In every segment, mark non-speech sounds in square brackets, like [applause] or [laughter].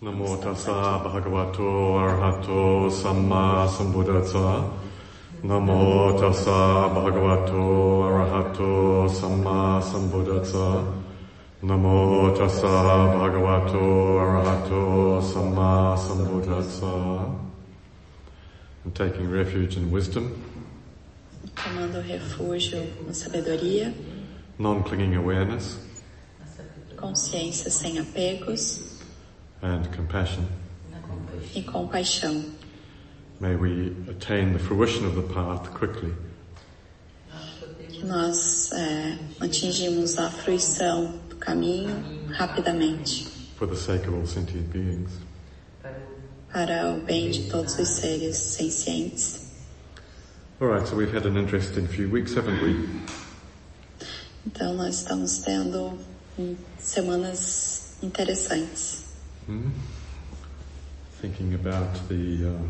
Namo tassa bhagavato arahato samma sambuddhassa. Namo tassa bhagavato arahato samma sambuddhassa. Namo tassa bhagavato arahato samma sambuddhassa. And taking refuge in wisdom, tomando refúgio na sabedoria, non-clinging awareness consciência sem apegos and compassion. e compaixão. May we attain the fruition of the path quickly. Que nós é, atingimos a fruição do caminho rapidamente for the sake of all sentient beings. para o bem de todos os seres sencientes. All right, so we've had an interesting few weeks, haven't we? Então nós estamos tendo hum, semanas interessantes, Thinking about the uh,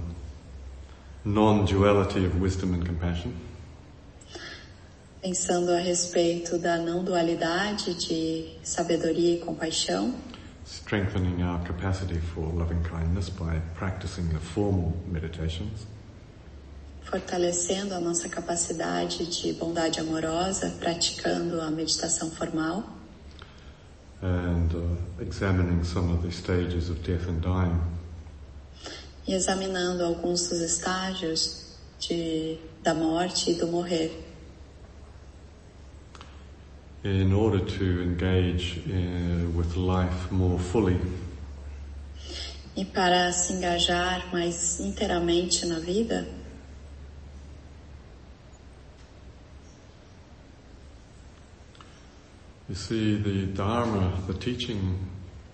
non-duality of wisdom and compassion, pensando a respeito da não dualidade de sabedoria e compaixão. strengthening our capacity for loving kindness by practicing the formal meditations, fortalecendo a nossa capacidade de bondade amorosa, praticando a meditação formal and uh, examining some of the stages of death and dying, e examinando alguns dos estágios de, da morte e do morrer, in order to engage uh, with life more fully e para se engajar mais inteiramente na vida, You see, the Dharma, the teaching,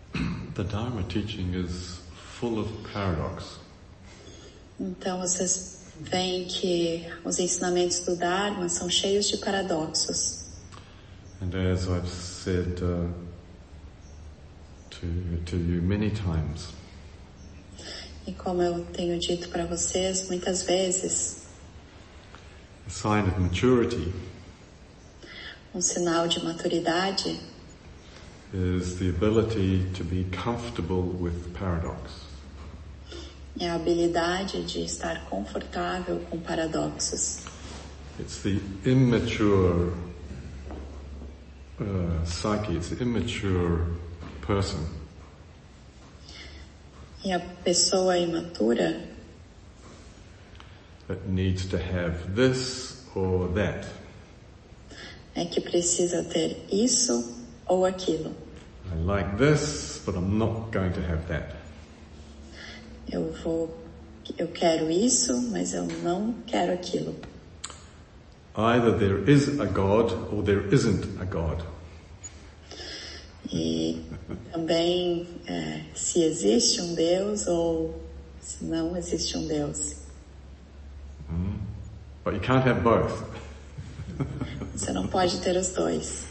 [clears throat] the Dharma teaching is full of paradox. então vocês veem que os ensinamentos do Dharma são cheios de paradoxos. And as I've said uh, to, to you many times, E como eu tenho dito para vocês muitas vezes, a sign of maturity um sinal de maturidade is the ability to be comfortable with paradox. é a habilidade de estar confortável com paradoxos. It's the immature uh, psyche, it's the immature person E a pessoa imatura, that needs to have this or that. é que precisa ter isso ou aquilo. I like this, but I'm not going to have that. Eu vou, eu quero isso, mas eu não quero aquilo. Either there is a God or there isn't a God. E também é, se existe um Deus ou se não existe um Deus. But you can't have both. Você não pode ter os dois.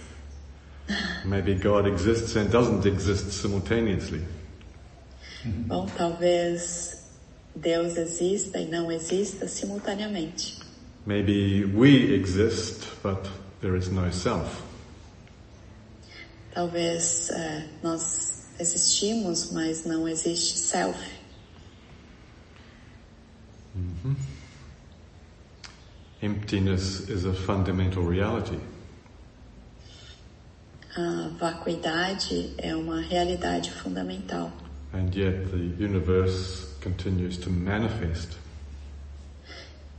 Maybe God exists and doesn't exist simultaneously. Bom, talvez Deus exista e não exista simultaneamente. Maybe we exist, but there is no self. Talvez é, nós existimos, mas não existe self. Emptiness is a fundamental reality. A vacuidade é uma realidade fundamental. And yet the universe continues to manifest.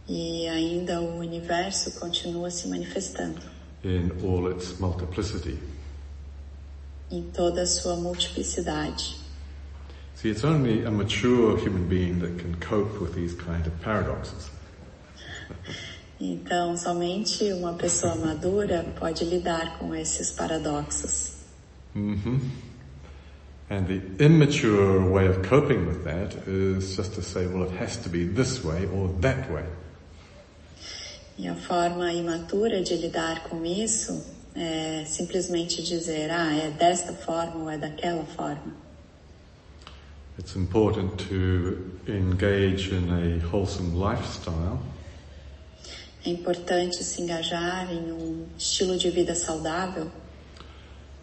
E ainda o universo continua se manifestando In all its multiplicity. em toda a sua multiplicidade. See, it's only a mature human being that can cope with these kind of paradoxes. Então, somente uma pessoa madura pode lidar com esses paradoxos. And the immature way of coping with that is just to say, well, it has to be this way or that way. E a forma imatura de lidar com isso é simplesmente dizer: ah, é desta forma ou é daquela forma. It's important to engage in a wholesome lifestyle É importante se engajar em um estilo de vida saudável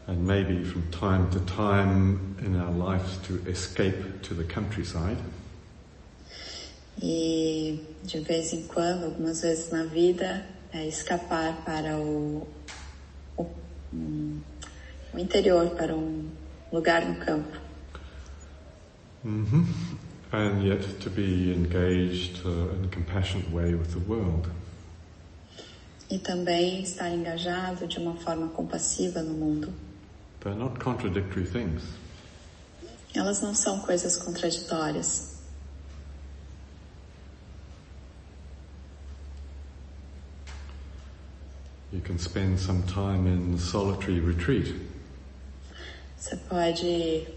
and maybe from time to time in our lives to escape to the countryside. E de vez em quando, algumas vezes na vida, é escapar para o, o, hum, o interior, para um lugar no campo. hmm And yet to be engaged uh, in a compassionate way with the world. E também estar engajado de uma forma compassiva no mundo. They're not contradictory things. Elas não são coisas contraditórias. You can spend some time in solitary retreat, Você pode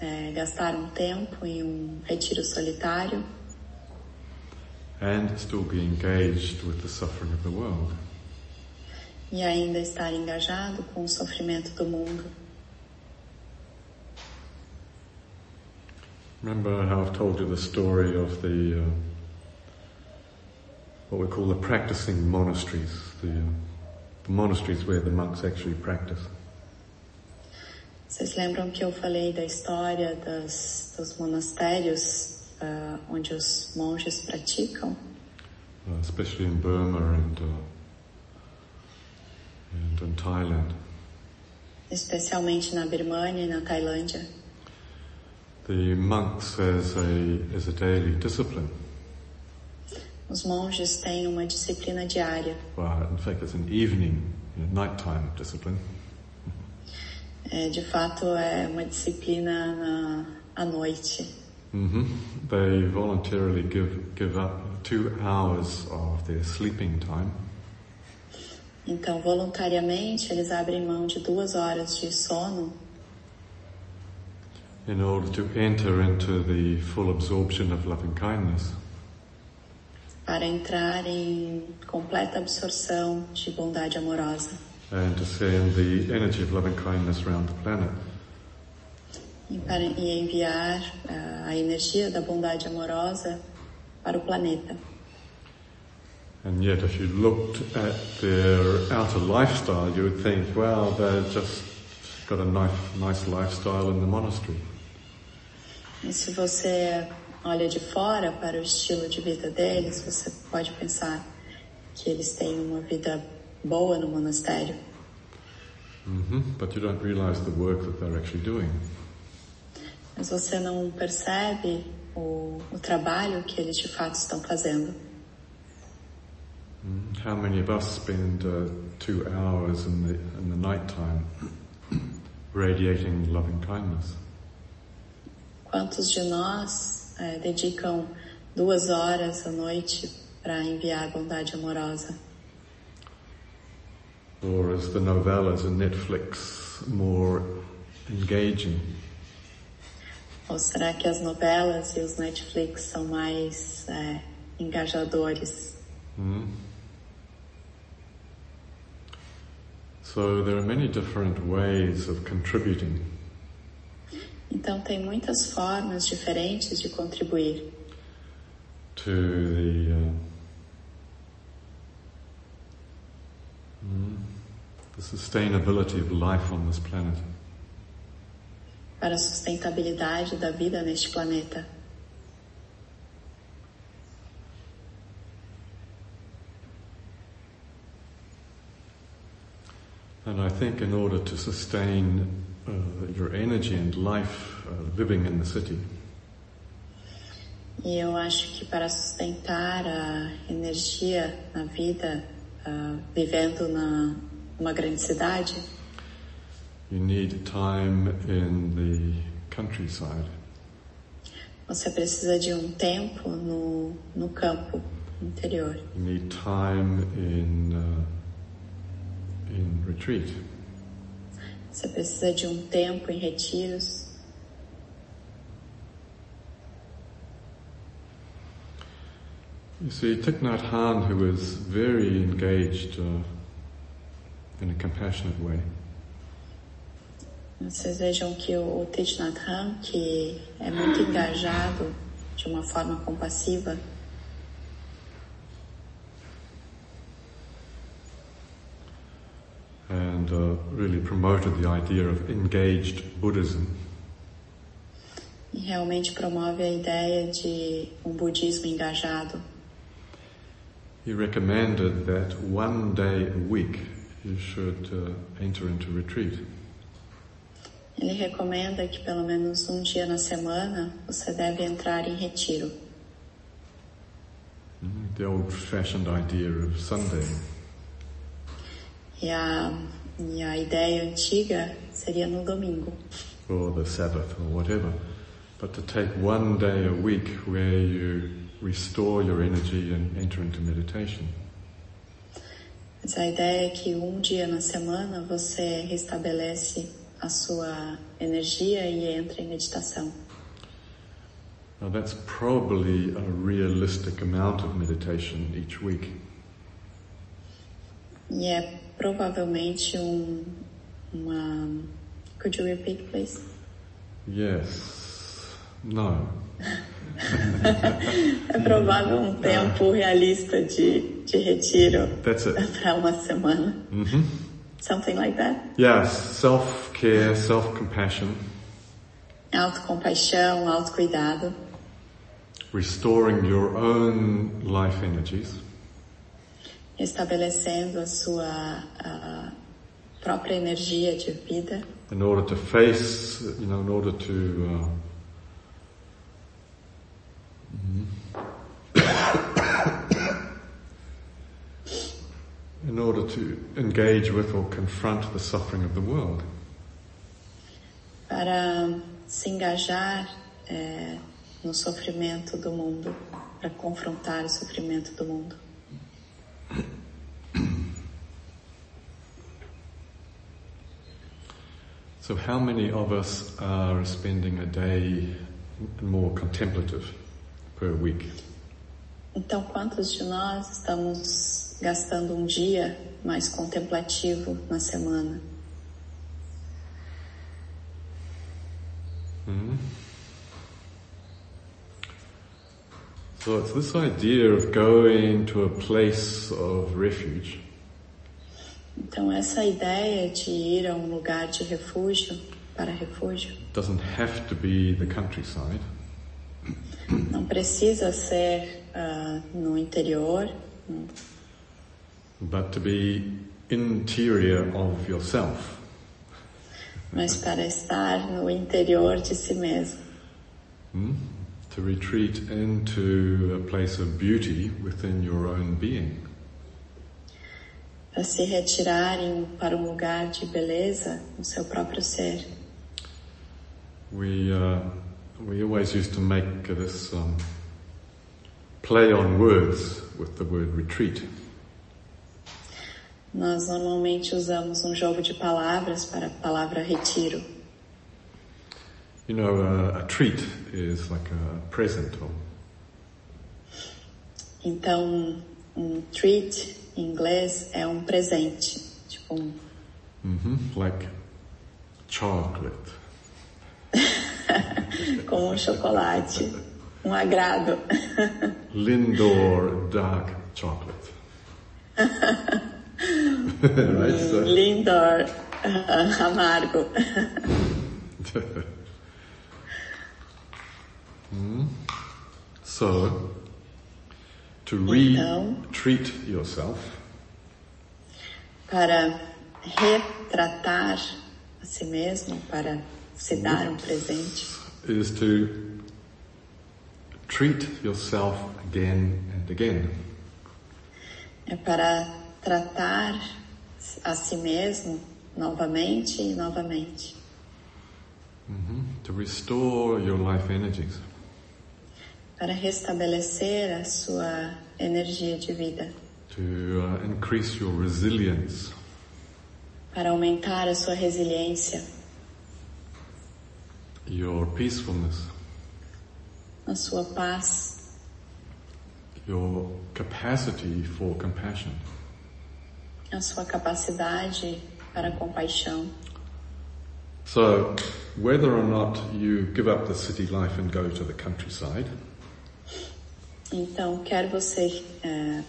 é, gastar um tempo em um retiro solitário and still be engaged with the suffering of the world. e ainda estar engajado com o sofrimento do mundo. Remember how I've told you the story of the uh, what we call the practicing monasteries, the, uh, the monasteries where the monks actually practice. Vocês lembram que eu falei da história das, dos monastérios ah, onde os monges praticam? uh, especially in Burma and uh, and in Thailand. especialmente na Birmânia e na Tailândia. The monks as a as a daily discipline. Os monges têm uma disciplina diária. Well, in fact, it's an evening, you know, nighttime discipline, É, de fato, é uma disciplina na, à noite. hmm they voluntarily give give up two hours of their sleeping time Então, voluntariamente, eles abrem mão de duas horas de sono in order to enter into the full absorption of loving kindness. para entrar em completa absorção de bondade amorosa And to send the energy of loving kindness around the planet. e, para, e enviar ah, a energia da bondade amorosa para o planeta. And yet, if you looked at their outer lifestyle, you would think, well, they've just got a nice, nice lifestyle in the monastery. E se você olha de fora para o estilo de vida deles, você pode pensar que eles têm uma vida boa no monastério, hmm But you don't realize the work that they're actually doing. mas você não percebe o, o trabalho que eles de fato estão fazendo. How many of us spend uh, two hours in the, in the nighttime [clears throat] radiating loving kindness? Quantos de nós eh, dedicam duas horas à noite para enviar bondade amorosa? Or is the novellas in Netflix more engaging? Ou será que as novelas e os Netflix são mais eh, engajadores? Mm. So there are many different ways of contributing. Então, tem muitas formas diferentes de contribuir. to the uh, mm, the sustainability of life on this planet. para a sustentabilidade da vida neste planeta. And I think in order to sustain uh, your energy and life uh, living in the city, E eu acho que para sustentar a energia na vida, ah, vivendo na uma grande cidade, you need time in the countryside. você precisa de um tempo no, no campo interior. You need time in uh, in retreat. Você precisa de um tempo em retiros. You see, Thich Nhat Hanh, who was very engaged uh, in a compassionate way, Vocês vejam que o, o Thich Nhat Hanh, que é muito engajado de uma forma compassiva, and uh, really promoted the idea of engaged Buddhism. E realmente promove a ideia de um budismo engajado. He recommended that one day a week you should uh, enter into retreat. Ele recomenda que pelo menos um dia na semana você deve entrar em retiro. Mm, The old fashioned idea of Sunday. E a, e a ideia antiga seria no domingo, or the Sabbath or whatever, but to take one day a week where you restore your energy and enter into meditation. mas a ideia é que um dia na semana você restabelece a sua energia e entra em meditação. Now that's probably a realistic amount of meditation each week. E é provavelmente um, uma. Could you repeat, please? Yes. No. É provável um tempo realista de, de retiro [laughs] That's it. para uma semana. Something like that. Yes. Self care, self compassion, Autocompaixão, autocuidado, restoring your own life energies, estabelecendo a sua a própria energia de vida in order to face, you know, in order to. Uh, uh, [coughs] in order to engage with or confront the suffering of the world. para se engajar eh, no sofrimento do mundo, para confrontar o sofrimento do mundo. So, how many of us are spending a day more contemplative per week? Então, quantos de nós estamos gastando um dia mais contemplativo na semana? So, it's this idea of going to a place of refuge Então, essa ideia de ir a um lugar de refúgio, para refúgio, doesn't have to be the countryside. não precisa ser ah, no interior, não. but to be interior of yourself. mas para estar no interior de si mesmo, Hmm? To retreat into a place of beauty within your own being. para se retirar em- para um lugar de beleza no seu próprio ser. We, uh, we always used to make this um, play on words with the word retreat. Nós normalmente usamos um jogo de palavras para a palavra retiro. You know, uh, a treat is like a present or Então, um treat em inglês é um presente, tipo um, mhm, like chocolate. como um chocolate, um agrado. Lindor dark chocolate. [laughs] right? Um So- Lindor ah, [laughs] amargo. [laughs] Hmm? So, to Então. re-treat yourself Para retratar a si mesmo, para se dar um presente, is to treat yourself again and again. é para tratar a si mesmo novamente e novamente. To restore your life energies, para restabelecer a sua energia de vida, to uh, increase your resilience, para aumentar a sua resiliência, your peacefulness, a sua paz, your capacity for compassion, a sua capacidade para compaixão. So, whether or not you give up the city life and go to the countryside, Então, quer você eh,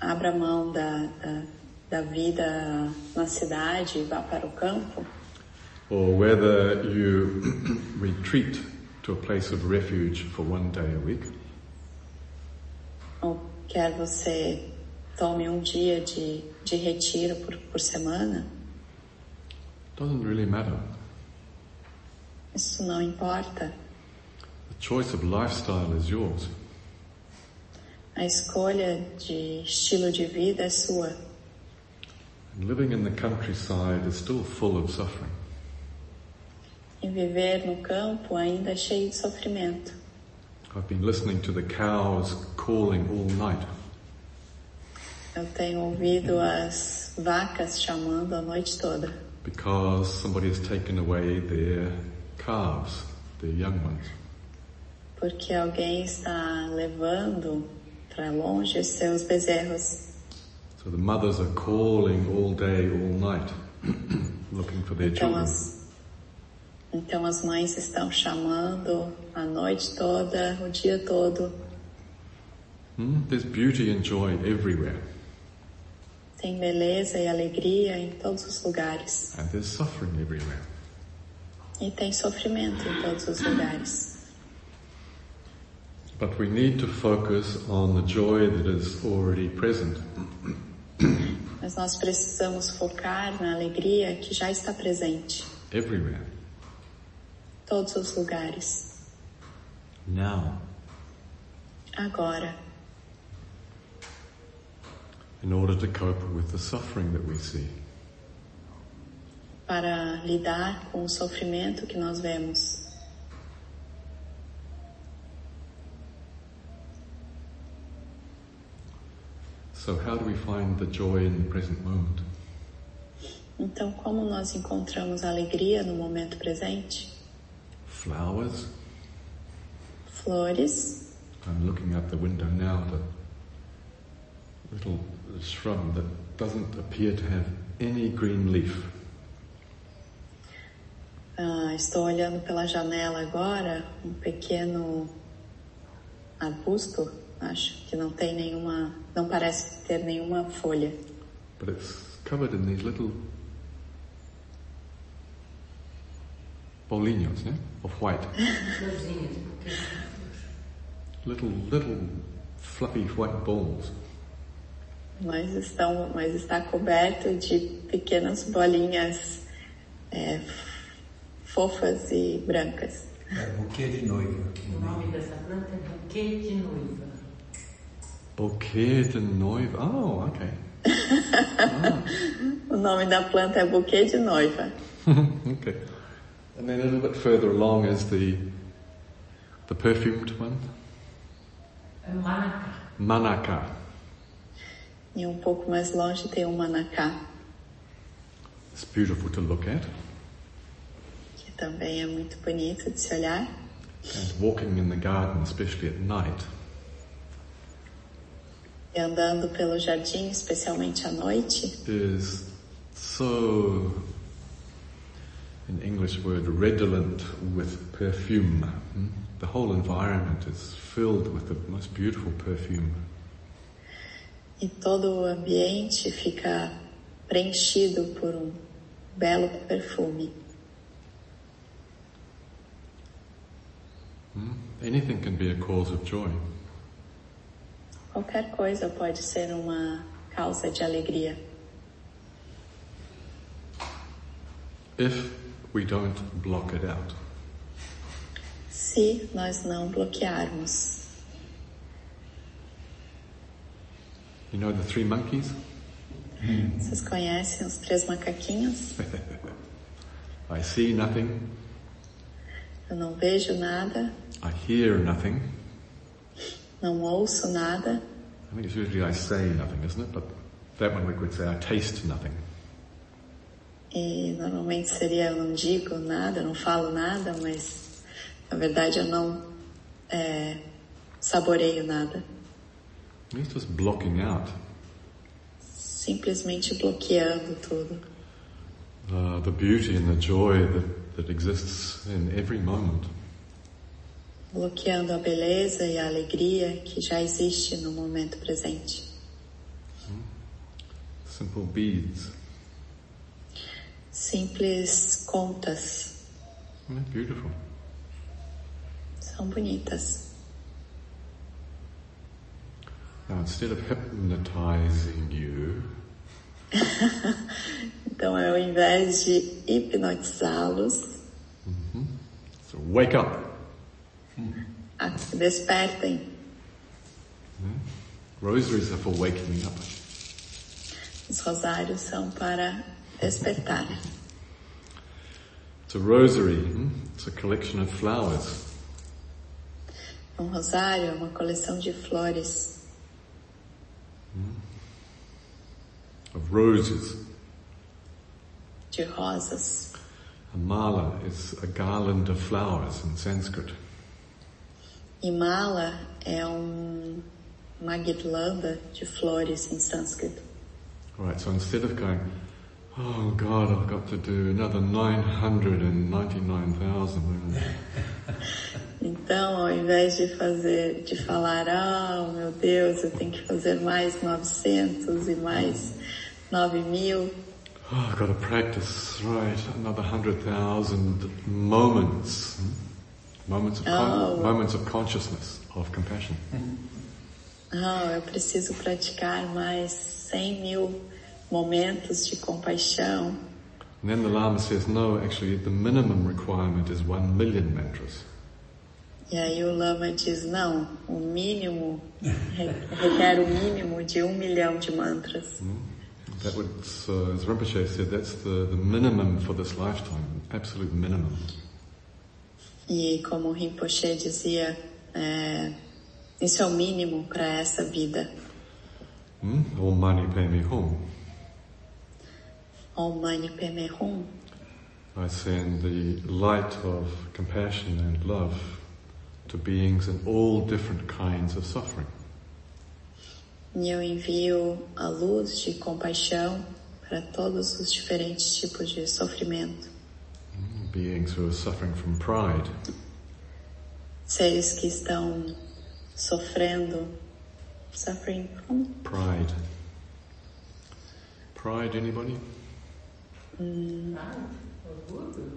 abra mão é, da, da, da vida na cidade e vá para o campo, or whether you [clears throat] retreat to a place of refuge for one day a week, ou quer você tome um dia de, de retiro por, por semana, doesn't really matter. isso não importa. The choice of lifestyle is yours. A escolha de estilo de vida é sua. And living in the countryside is still full of suffering. E viver no campo ainda é cheio de sofrimento. I've been listening to the cows calling all night. Eu tenho ouvido as vacas chamando a noite toda, because somebody has taken away their calves, their young ones. porque alguém está levando para longe os seus bezerros. So the mothers are calling all day, all night, [clears throat] looking for their Então children. as, então as mães estão chamando a noite toda, o dia todo. Hmm? There's beauty and joy everywhere, Tem beleza e alegria em todos os lugares. and there's suffering everywhere. E tem sofrimento em todos os lugares. But we need to focus on the joy that is already present. Mas nós precisamos focar na alegria que já está presente Everywhere. em todos os lugares. Now. Agora, In order to cope with the suffering that we see. para lidar com o sofrimento que nós vemos. So how do we find the joy in the present moment? Então, como nós encontramos alegria no momento presente? Flowers? Flores. I'm looking out the window now at a little shrub that doesn't appear to have any green leaf. Ah, estou olhando pela janela agora, um pequeno arbusto, acho que não tem nenhuma, não parece ter nenhuma folha, But it's covered in these little bolinos, yeah? Of white. Florzinhas. little, little fluffy white balls. mas estão, mas está coberto de pequenas bolinhas é, fofas e brancas. É buquê de noiva. O nome dessa planta é buquê de noiva. Bouquet de noiva. Oh, okay. [laughs] O nome da planta é buquê de noiva. okay. And then a little bit further along is the the perfumed one, É manacá. manaka. E um pouco mais longe tem o manacá, It's beautiful to look at. que também é muito bonito de se olhar. And walking in the garden, especially at night, E andando pelo jardim, especialmente à noite, is so, an English word, redolent with perfume. hmm? The whole environment is filled with the most beautiful perfume. e todo o ambiente fica preenchido por um belo perfume. Anything can be a cause of joy. Qualquer coisa pode ser uma causa de alegria If we don't block it out, se nós não bloquearmos. you know the three monkeys. Vocês conhecem os três macaquinhos? I see nothing, Eu não vejo nada, I hear nothing. não ouço nada. I think it's usually I say nothing, isn't it? But that one we could say I taste nothing. E normalmente seria eu não digo nada, eu não falo nada, mas na verdade eu não é, saboreio nada. It's just blocking out Simplesmente bloqueando tudo. uh, the beauty and the joy that, that exists in every moment. Bloqueando a beleza e a alegria que já existe no momento presente. So simple beads. simples contas. Isn't that beautiful? São bonitas. Now, instead of hypnotizing you, Então, ao invés de hipnotizá-los, so wake up, a- despertem. rosaries are for waking up. Os rosários são para despertar. It's a rosary, hmm? it's a collection of flowers. Um rosário é uma coleção de flores, of roses. de rosas. A mala is a garland of flowers in Sanskrit. E mala é um, uma guirlanda de flores em sânscrito. All right, so instead of going, oh God, I've got to do another 999,000, Então, ao invés de fazer, de falar, ah, meu Deus, eu tenho que fazer mais 900 e mais 9 mil, oh, I've got to practice, right, another 100,000 moments, hmm? moments of, con- Oh. moments of consciousness, of compassion. ah, eu preciso praticar mais 100 mil momentos de compaixão. And then the Lama says, no, actually, the minimum requirement is 1 million mantras. E aí o Lama diz, não, o mínimo, re- requer o mínimo de um milhão de mantras. That would, uh, as Rinpoche said, that's the, the minimum for this lifetime, absolute minimum. E como o Rinpoche dizia, é, isso é o mínimo para essa vida. Hmm? All money pay me home. Om Mani Padme Hum. I send the light of compassion and love to beings in all different kinds of suffering. E eu envio a luz de compaixão para todos os diferentes tipos de sofrimento. Beings who are suffering from pride, Seres que estão sofrendo, suffering from pride. Pride, anybody? Não, orgulho.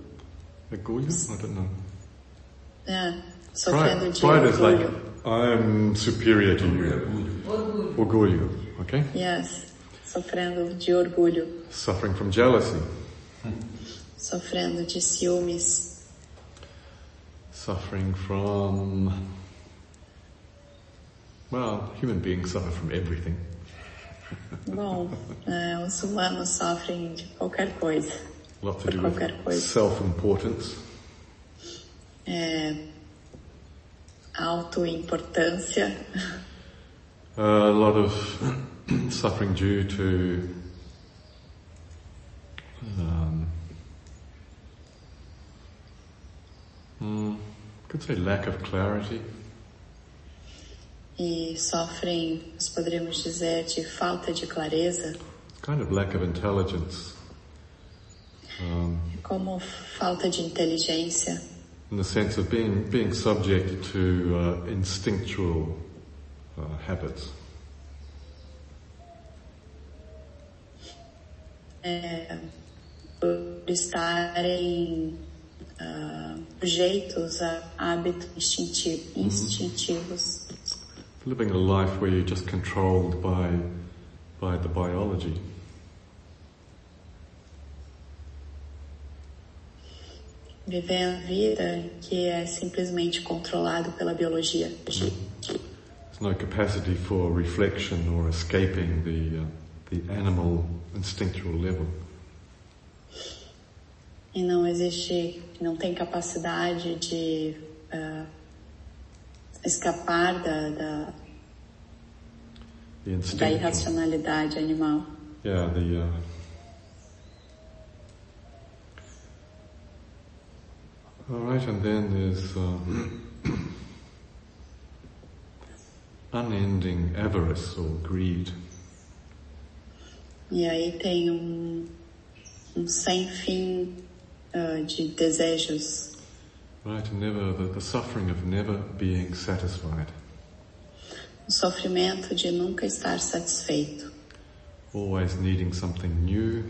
Agulha? I don't know. é, sofrendo Pride, de pride is like, orgulho. I'm superior to you. Orgulho. Orgulho, okay? Yes, sofrendo de orgulho, Suffering from jealousy, sofrendo de ciúmes, suffering from. Well, human beings suffer from everything. bom, é, os humanos sofrem de qualquer coisa, A lot to do Qualquer with coisa. self-importance, é, autoimportância, a lot of [clears throat] suffering due to um, mm, could say lack of clarity, e sofrem, nós poderíamos dizer, de falta de clareza, kind of lack of intelligence, um, como falta de inteligência, in the sense of being being subject to uh, instinctual uh, habits. é, por estarem ah, sujeitos a hábitos instinti- instintivos, Living a life where you're just controlled by by the biology. vivendo a vida que é simplesmente controlado pela biologia. There's no capacity for reflection or escaping the uh, the animal instinctual level. E não existe, não tem capacidade de ah, escapar da, da, The da instinctual, irracionalidade animal. yeah, the uh, all right, and then there's um, [clears throat] unending avarice or greed. E aí tem um, um sem fim ah, de desejos. Right, and never the, the suffering of never being satisfied. um O sofrimento de nunca estar satisfeito. always needing something new,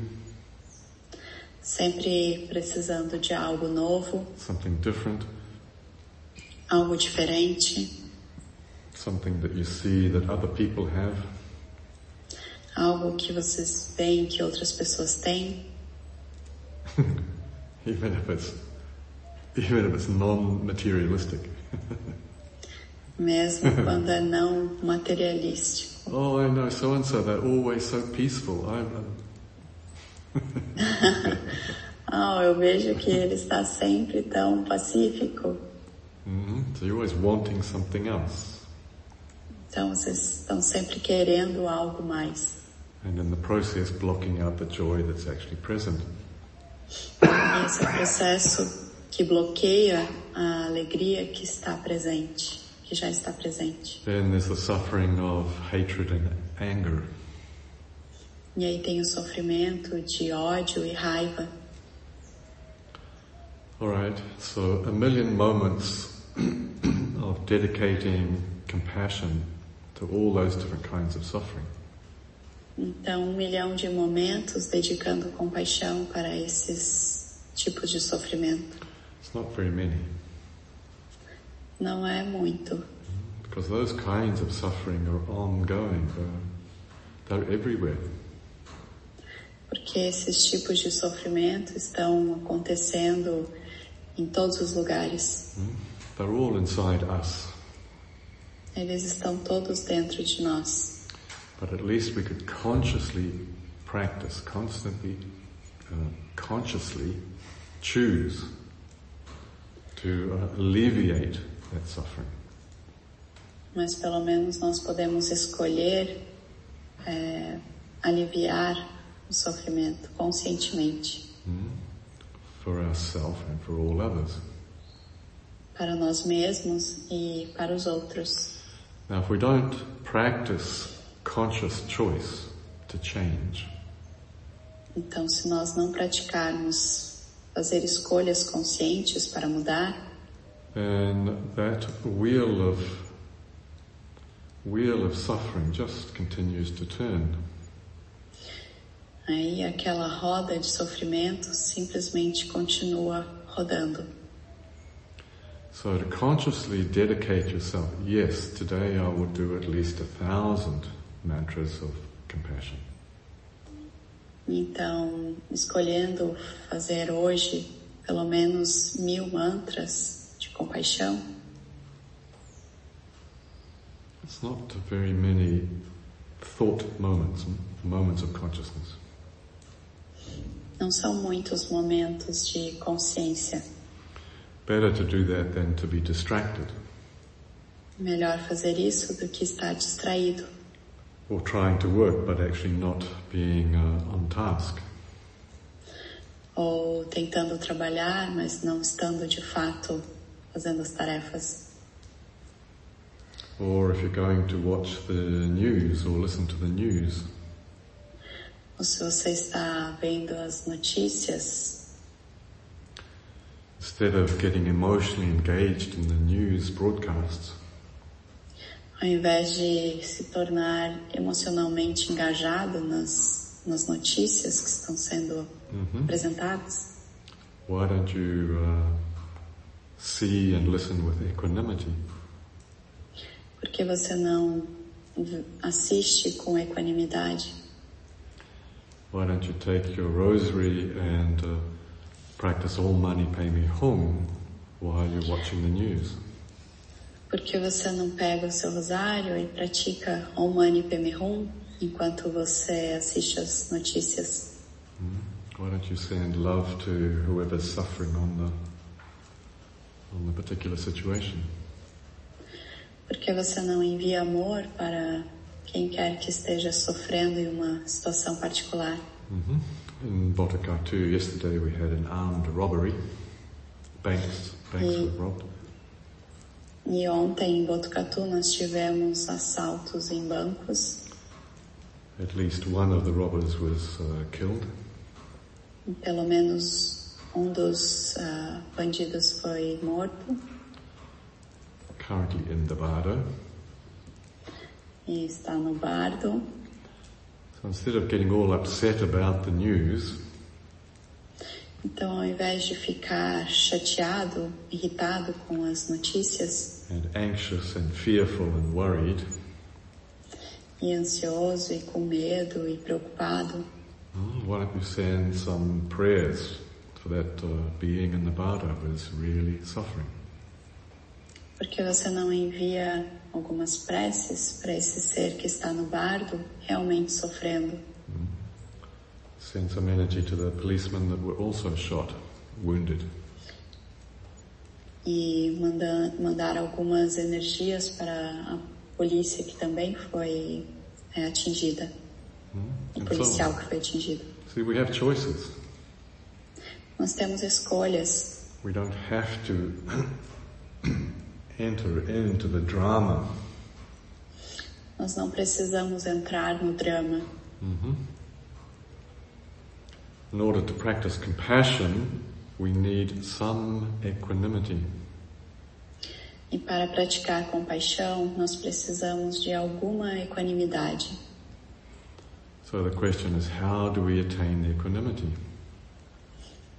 sempre precisando de algo novo, something different, algo diferente, something that you see that other people have. algo que vocês veem que outras pessoas têm, even if it's even if it's non-materialistic. mesmo quando é não materialístico. Oh, I know so and so. They're always so peaceful. I, Ah, eu vejo que ele está sempre tão pacífico. Mhm. So you're always wanting something else, Então vocês estão sempre querendo algo mais. and in the process, blocking out the joy that's actually present. E Esse é o processo que bloqueia a alegria que está presente, que já está presente. Then there's the suffering of hatred and anger. E aí tem o sofrimento de ódio e raiva. All right, so a million moments [clears throat] of dedicating compassion to all those different kinds of suffering. Então, um milhão de momentos dedicando compaixão para esses tipos de sofrimento. It's not very many, Não é muito, because those kinds of suffering are ongoing, they're, they're everywhere. porque esses tipos de sofrimento estão acontecendo em todos os lugares. They're all inside us, Eles estão todos dentro de nós. but at least we could consciously practice, constantly, uh, consciously choose to uh, alleviate that suffering. Mas pelo menos nós podemos escolher é, aliviar o sofrimento conscientemente for ourselves and for all others. para nós mesmos e para os outros. Now, if we don't practice conscious choice to change, Então, se nós não praticarmos fazer escolhas conscientes para mudar, then that wheel of wheel of suffering just continues to turn. aí aquela roda de sofrimento simplesmente continua rodando. So to consciously dedicate yourself, yes, today I will do at least a thousand mantras of compassion. Então, escolhendo fazer hoje pelo menos mil mantras de compaixão, It's not very many thought moments, moments of consciousness. não são muitos momentos de consciência. Better to do that than to be distracted. Melhor fazer isso do que estar distraído or trying to work but actually not being uh, on task. ou tentando trabalhar, mas não estando de fato fazendo as tarefas. Or if you're going to watch the news or listen to the news, Ou se você está vendo as notícias, instead of getting emotionally engaged in the news broadcasts, ao invés de se tornar emocionalmente engajado nas, nas notícias que estão sendo apresentadas, why don't you uh, see and listen with equanimity? porque você não v- assiste com equanimidade? Why don't you take your rosary and uh, practice all money pay me home while you're watching the news? Porque você não pega o seu rosário e pratica Om Mani Padme Hum enquanto você assiste as notícias? Why don't you send love to whoever's suffering on the on the particular situation? Porque você não envia amor para quem quer que esteja sofrendo em uma situação particular? hmm In Botakatu yesterday, we had an armed robbery. Banks, banks Mm. were robbed, E ontem em Botucatu nós tivemos assaltos em bancos. at least one of the robbers was uh, killed. E Pelo menos um dos ah, bandidos foi morto Currently in Nevada, e está no bardo. so So instead of getting all upset about the news, Então, ao invés de ficar chateado, irritado com as notícias, and anxious and fearful and worried, e ansioso, e com medo, e preocupado, mm, why don't we send some prayers for that uh, being in the Bada who is really suffering? porque você não envia algumas preces para esse ser que está no bardo realmente sofrendo. Send some energy to the policemen that were also shot, wounded. e manda, mandar algumas energias para a polícia que também foi é, atingida, And o so policial on. que foi atingido. See, we have choices. Nós temos escolhas, We don't have to [coughs] enter into the drama. nós não precisamos entrar no drama. In order to practice compassion, we need some equanimity. E para praticar compaixão, nós precisamos de alguma equanimidade. So the question is, how do we attain equanimity?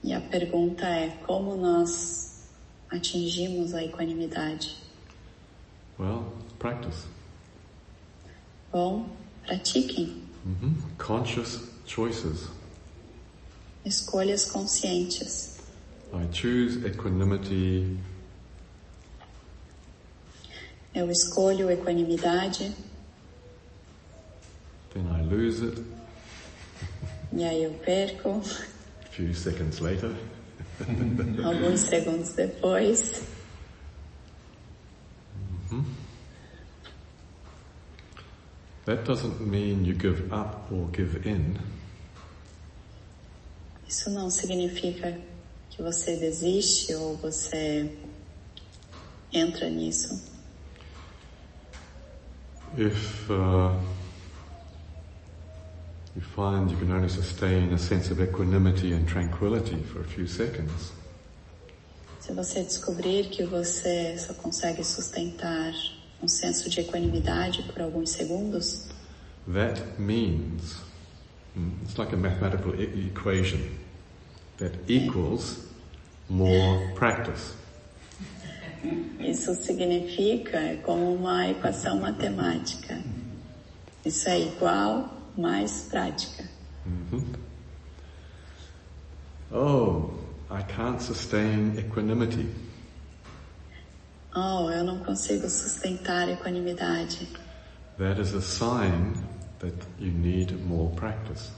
E a pergunta é como nós atingimos a equanimidade? Well, practice. Bom, pratiquem hmm Conscious choices. escolhas conscientes. I choose equanimity Eu escolho equanimidade Then I lose it E aí eu perco, a few seconds later. alguns segundos depois, That doesn't mean you give up or give in. isso não significa que você desiste ou você entra nisso. If uh, you find you can only sustain a sense of equanimity and tranquility for a few seconds, Se você descobrir que você só consegue sustentar um senso de equanimidade por alguns segundos, that means mm, it's like a mathematical e- equation that equals more practice. isso significa é como uma equação matemática. Isso é igual mais prática. Oh, I can't sustain equanimity. Oh, eu não consigo sustentar equanimidade. That is a sign that you need more practice.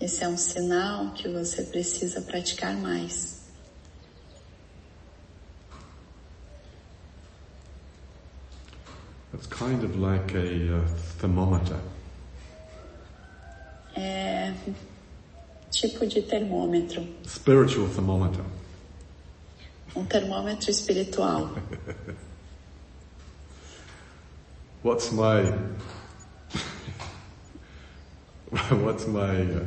Esse é um sinal que você precisa praticar mais. It's kind of like a uh, thermometer. É tipo de termômetro, spiritual thermometer. um termômetro espiritual. What's my [laughs] what's my uh,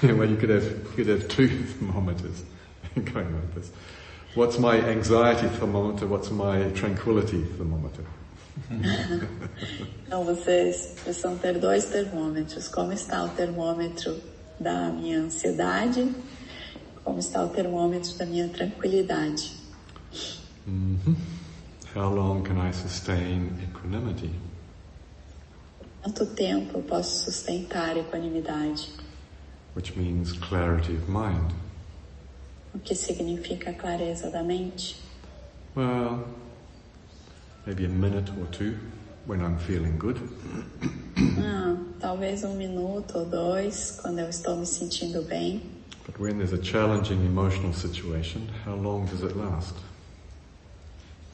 [laughs] well you could have you could have two [laughs] thermometers going like this. What's my anxiety thermometer? What's my tranquility thermometer? Então vocês precisam ter dois termômetros. Como está o termômetro da minha ansiedade? Como está o termômetro da minha tranquilidade? How long can I sustain equanimity? Quanto tempo eu posso sustentar a equanimidade? Which means clarity of mind. O que significa a clareza da mente? Well, maybe a minute or two when I'm feeling good. Ah, talvez um minuto ou dois, quando eu estou me sentindo bem. But when there's a challenging emotional situation, how long does it last?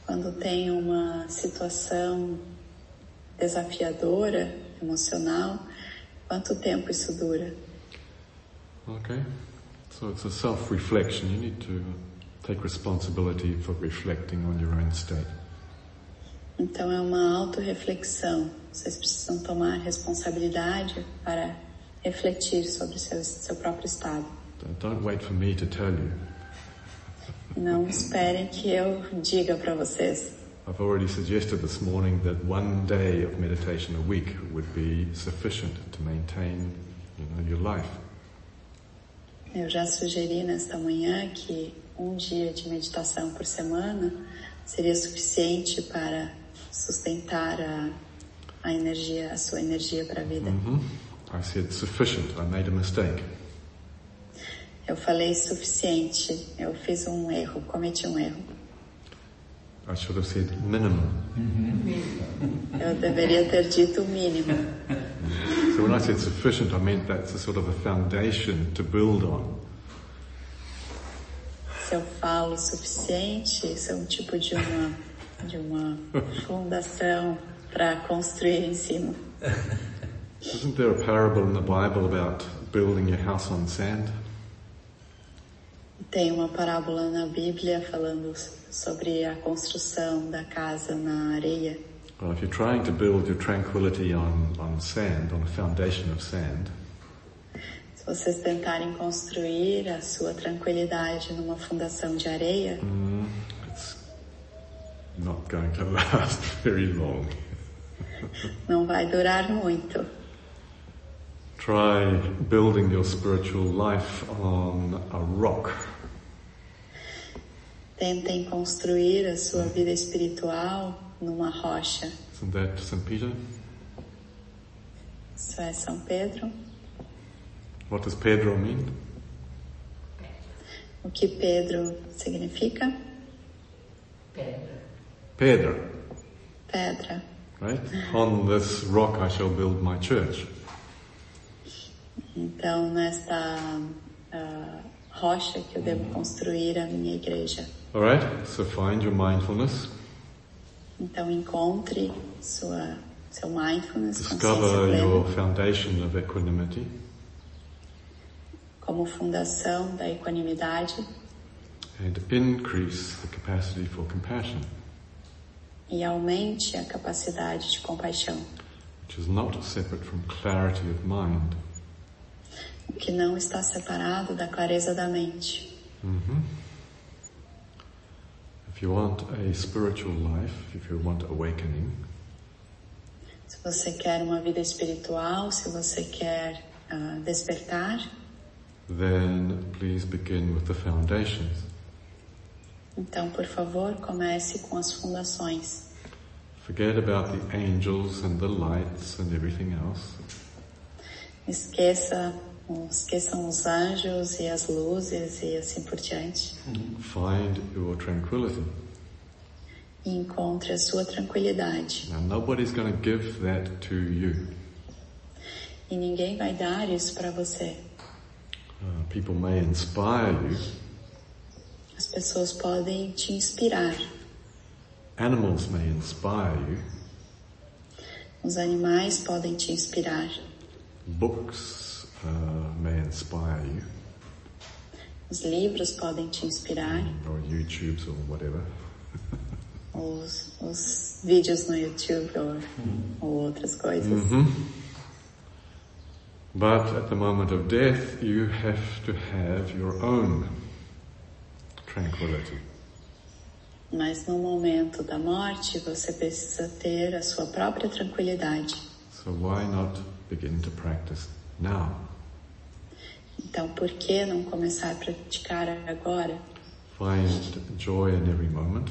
Quando tem uma situação desafiadora, emocional, quanto tempo isso dura? Okay? So it's a self reflection. You need to take responsibility for reflecting on your own state. Então é uma autorreflexão. Vocês precisam tomar responsabilidade para refletir sobre o seu, seu próprio estado. Don't- Don't wait for me to tell you. Não esperem que eu diga para vocês. I've already suggested this morning that one day of meditation a week would be sufficient to maintain you know, your life. Eu já sugeri nesta manhã que um dia de meditação por semana seria suficiente para sustentar a, a energia, a sua energia para a vida. hmm I said sufficient, I made a mistake. Eu falei suficiente, eu fiz um erro, cometi um erro. I should have said minimum. mesmo. Eu deveria ter dito o mínimo. So when I said sufficient, I meant that's a sort of a foundation to build on. Se eu falo suficiente, isso é um tipo de uma, de uma fundação para construir em cima. Isn't there a parable in the Bible about building your house on sand? Tem uma parábola na Bíblia falando sobre a construção da casa na areia. Well, if you're trying to build your tranquility on, on sand, on a foundation of sand, Se vocês tentarem construir a sua tranquilidade numa fundação de areia, it's not going to [laughs] last very long. não vai durar muito. Try building your spiritual life on a rock. Tentem construir a sua vida espiritual numa rocha. Isn't that St. Peter? Isso é São Pedro. What does Pedro mean? O que Pedro significa? Pedra. Pedro, Pedra. right? On this rock I shall build my church. Então, nesta ah, rocha que eu devo construir a minha igreja. All right? So find your mindfulness, Então, encontre sua, seu mindfulness, consciência discover your plena, foundation of equanimity, como fundação da equanimidade and increase the capacity for compassion. e aumente a capacidade de compaixão, which is not separate from clarity of mind. o que não está separado da clareza da mente. If you want a spiritual life, if you want awakening, Se você quer uma vida espiritual, se você quer ah, despertar, then please begin with the foundations. então, por favor, comece com as fundações. Forget about the angels and the lights and everything else. Esqueça, esqueçam os anjos e as luzes e assim por diante. Find your tranquility. E encontre a sua tranquilidade. Now, nobody's going to give that to you. E ninguém vai dar isso para você. Uh, people may inspire you, As pessoas podem te inspirar. animals may inspire you, Os animais podem te inspirar. books uh, may inspire you, Os livros podem te inspirar. or YouTubes or whatever. Os, os vídeos no YouTube ou, ou outras coisas. But at the moment of death, you have to have your own tranquility. Mas no momento da morte, você precisa ter a sua própria tranquilidade. So why not begin to practice now? Então, por que não começar a praticar agora? Find joy in every moment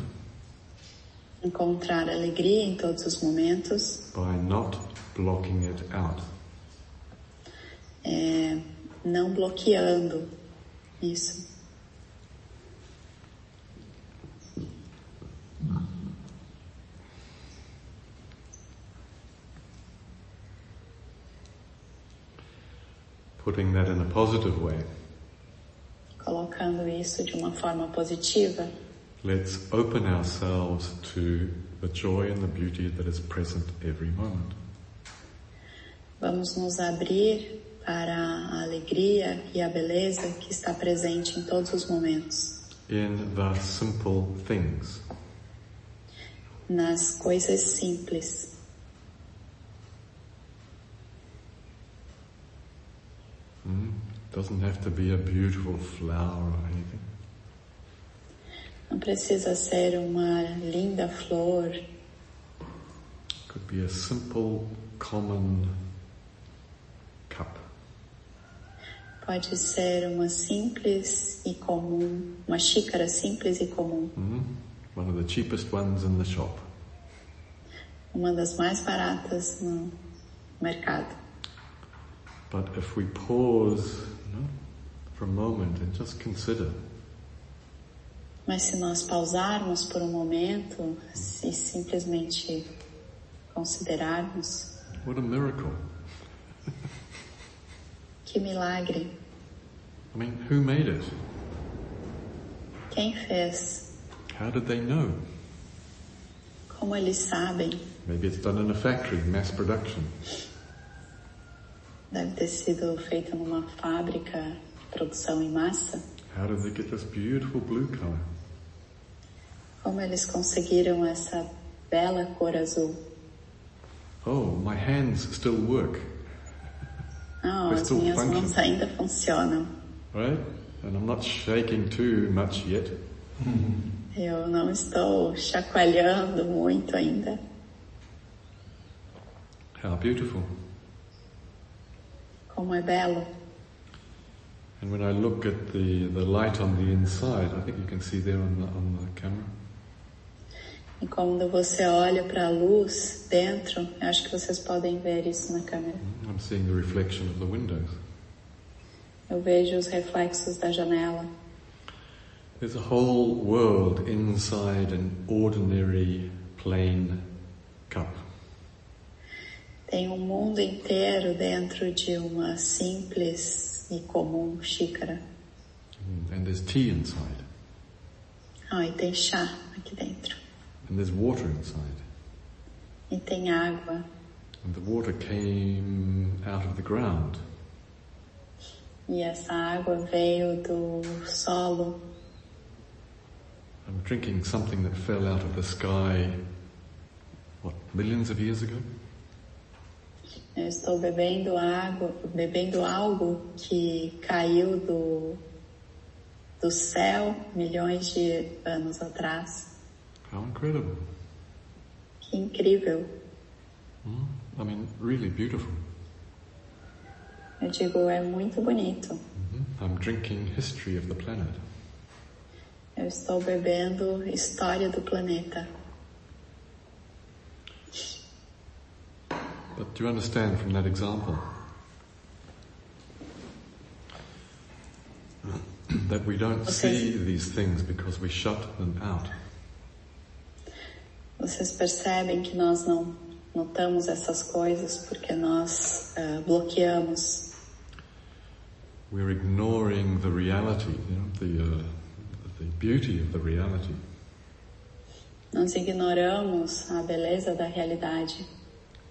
Encontrar alegria em todos os momentos, by not blocking it out. é, não bloqueando isso. Putting that in a positive way, Colocando isso de uma forma positiva, let's open ourselves to the joy and the beauty that is present every moment. vamos nos abrir para a alegria e a beleza que está presente em todos os momentos, In the simple things. nas coisas simples. Hmm? Doesn't have to be a beautiful flower or anything. Não precisa ser uma linda flor, Could be a simple, common cup. pode ser uma simples e comum, uma xícara simples e comum, hmm One of the cheapest ones in the shop. uma das mais baratas no mercado. But if we pause you know, for a moment and just consider, Mas se nós pausarmos por um momento e simplesmente considerarmos what a miracle. que milagre, I mean, who made it? quem fez, How did they know? como eles sabem, Maybe it's done in a factory, mass production. deve ter sido feito numa fábrica de produção em massa. How did they get this beautiful blue color? Como eles conseguiram essa bela cor azul? Oh, my hands still work, Não, Mas Ah, as tu, minhas Funky. mãos ainda funcionam. right? And I'm not shaking too much yet. Eu não estou chacoalhando muito ainda. How beautiful. Como é belo. And when I look at the, the light on the inside, I think you can see there on the, on the camera, E quando você olha para a luz dentro, eu acho que vocês podem ver isso na câmera. hmm, I'm seeing the reflection of the windows. Eu vejo os reflexos da janela. There's a whole world inside an ordinary plain cup. Tem um mundo inteiro dentro de uma simples e comum xícara. Hmm, And there's tea inside. Ah, e tem chá aqui dentro. And there's water inside. E tem água. And the water came out of the ground. E essa água veio do solo. I'm drinking something that fell out of the sky, what, millions of years ago? Eu estou bebendo água, bebendo algo que caiu do, do céu milhões de anos atrás. How incredible. Que incrível! Hmm? I mean, really beautiful. Eu digo, é muito bonito. hmm I'm drinking history of the planet. Eu estou bebendo história do planeta. But do you understand from that example [clears throat] that we don't Okay. see these things because we shut them out? Vocês percebem que nós não notamos essas coisas porque nós ah, bloqueamos. We're ignoring the reality, you know, the, uh, the beauty of the reality. Nós ignoramos a beleza da realidade.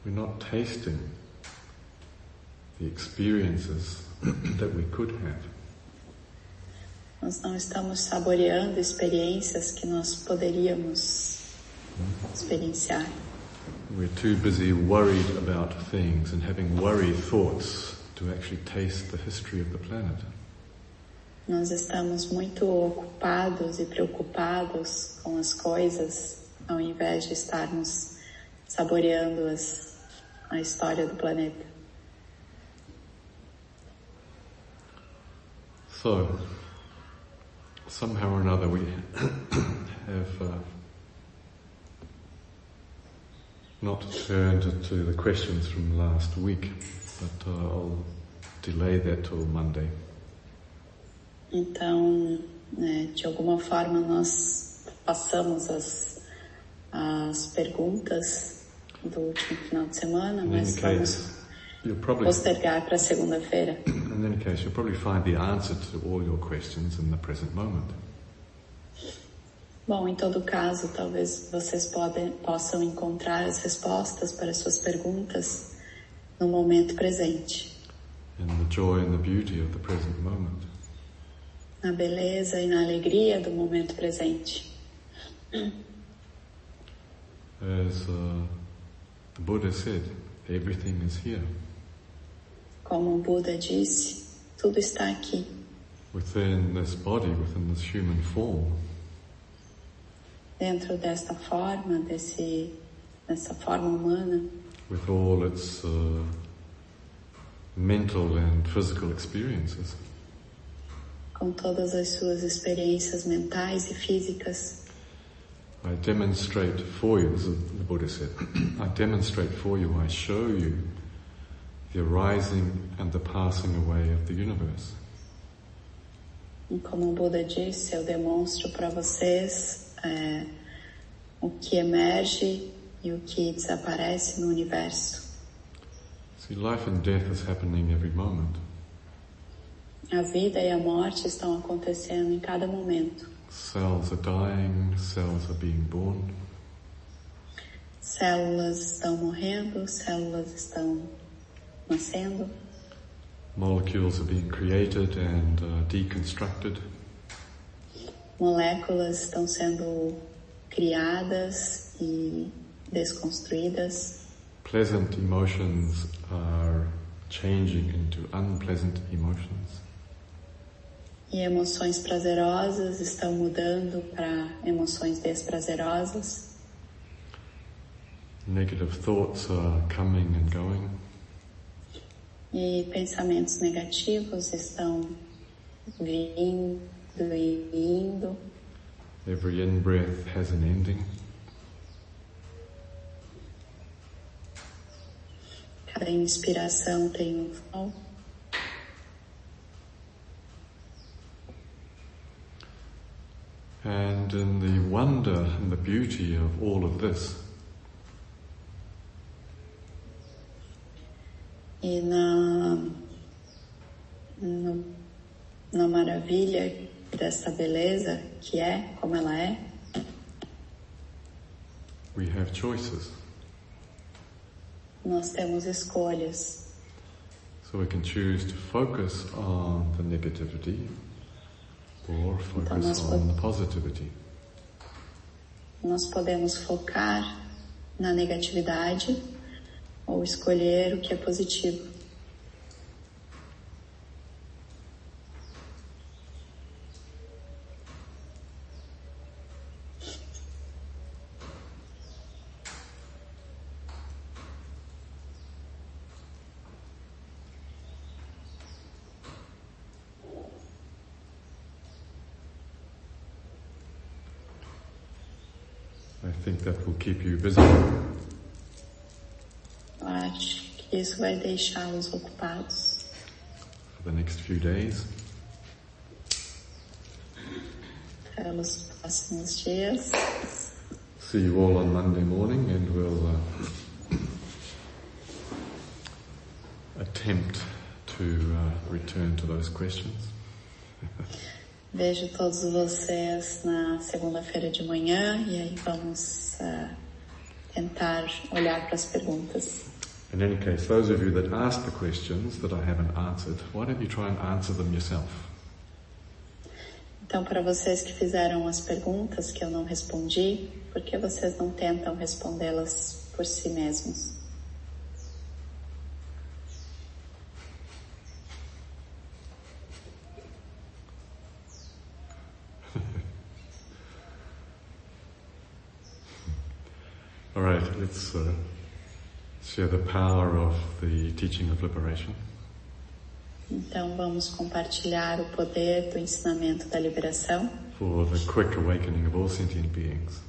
We're not tasting the experiences [clears throat] that we could have. Nós não estamos saboreando experiências que nós poderíamos experienciar. We're too busy worried about things and having worry thoughts to actually taste the history of the planet. Nós estamos muito ocupados e preocupados com as coisas, ao invés de estarmos saboreando as, a história do planeta. So, somehow or another, we [coughs] have uh, not turned to the questions from last week, but uh, I'll delay that till Monday. Então, né, de alguma forma, nós passamos as, as perguntas do último final de semana, In any mas vamos case, you'll probably postergar para segunda-feira. [coughs] in any case you'll probably find the answer to all your questions in the present moment. Bom, em todo caso, talvez vocês podem, possam encontrar as respostas para suas perguntas no momento presente, in the joy and the beauty of the present moment. na beleza e na alegria do momento presente. As uh, the Buddha said, everything is here Como o Buda disse, tudo está aqui, within this body, within this human form. dentro desta forma, desse, dessa forma humana, with all its uh, mental and physical experiences. com todas as suas experiências mentais e físicas. I demonstrate for you, as the Buddha said, [clears throat] I demonstrate for you, I show you the arising and the passing away of the universe. E como o Buda disse, eu demonstro para vocês é, o que emerge e o que desaparece no universo. See, life and death is happening every moment. A vida e a morte estão acontecendo em cada momento. Cells are dying, cells are being born. Células estão morrendo, células estão nascendo, Molecules are being created and uh, deconstructed. moléculas estão sendo criadas e desconstruídas, Pleasant emotions are changing into unpleasant emotions. e emoções prazerosas estão mudando para emoções desprazerosas. Negative thoughts are coming and going. E pensamentos negativos estão vindo e indo. Every in breath has an ending. Cada inspiração tem um final. And in the wonder and the beauty of all of this, E na, no- na maravilha dessa beleza que é, como ela é, we have choices. nós temos escolhas. So we can choose to focus on the negativity or focus Thomas, on the positivity. Nós podemos focar na negatividade ou escolher o que é positivo. I think that will keep you busy. Eu acho que isso vai deixá-los ocupados. for the next few days. pelos próximos dias. See you all on Monday morning, and we'll uh, attempt to uh, return to those questions. Vejo todos vocês na segunda-feira de manhã e aí vamos ah, tentar olhar para as perguntas. In any case, those of you that asked the questions that I haven't answered, why don't you try and answer them yourself? Então, para vocês que fizeram as perguntas que eu não respondi, por que vocês não tentam respondê-las por si mesmos? All right, let's uh, share the power of the teaching of liberation. Então, vamos compartilhar o poder do ensinamento da liberação For the quick awakening of all sentient beings.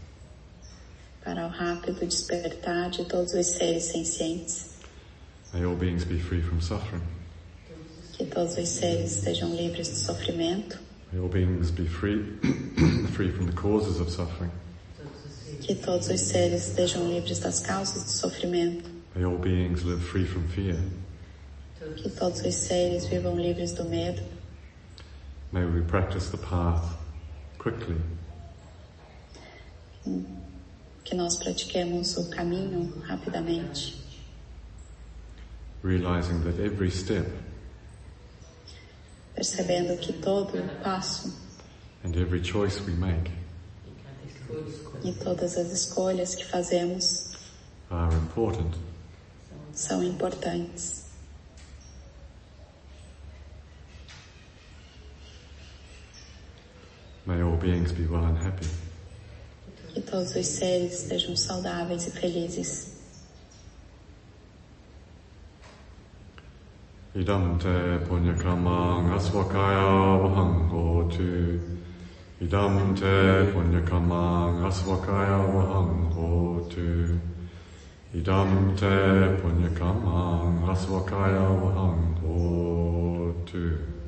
para o rápido despertar de todos os seres sencientes. May all beings be free from suffering. Que todos os seres estejam livres de sofrimento. May all beings be free, [coughs] free from the causes of suffering. todos os seres, Que todos os seres estejam livres das causas do sofrimento, May all beings live free from fear. todos que todos os seres vivam livres do medo, May we practice the path quickly, que nós pratiquemos o caminho rapidamente, realizing that every step percebendo que todo passo and every choice we make e cada escolha e todas as escolhas que fazemos are important. são são importantes. May all beings be well and happy. Que todos os seres estejam saudáveis e felizes. Idam te punyakamang asvakaya vahang hotu. Idam te punyakamang asvakaya vahang hotu. Idam te punyakamang asvakaya vahang hotu.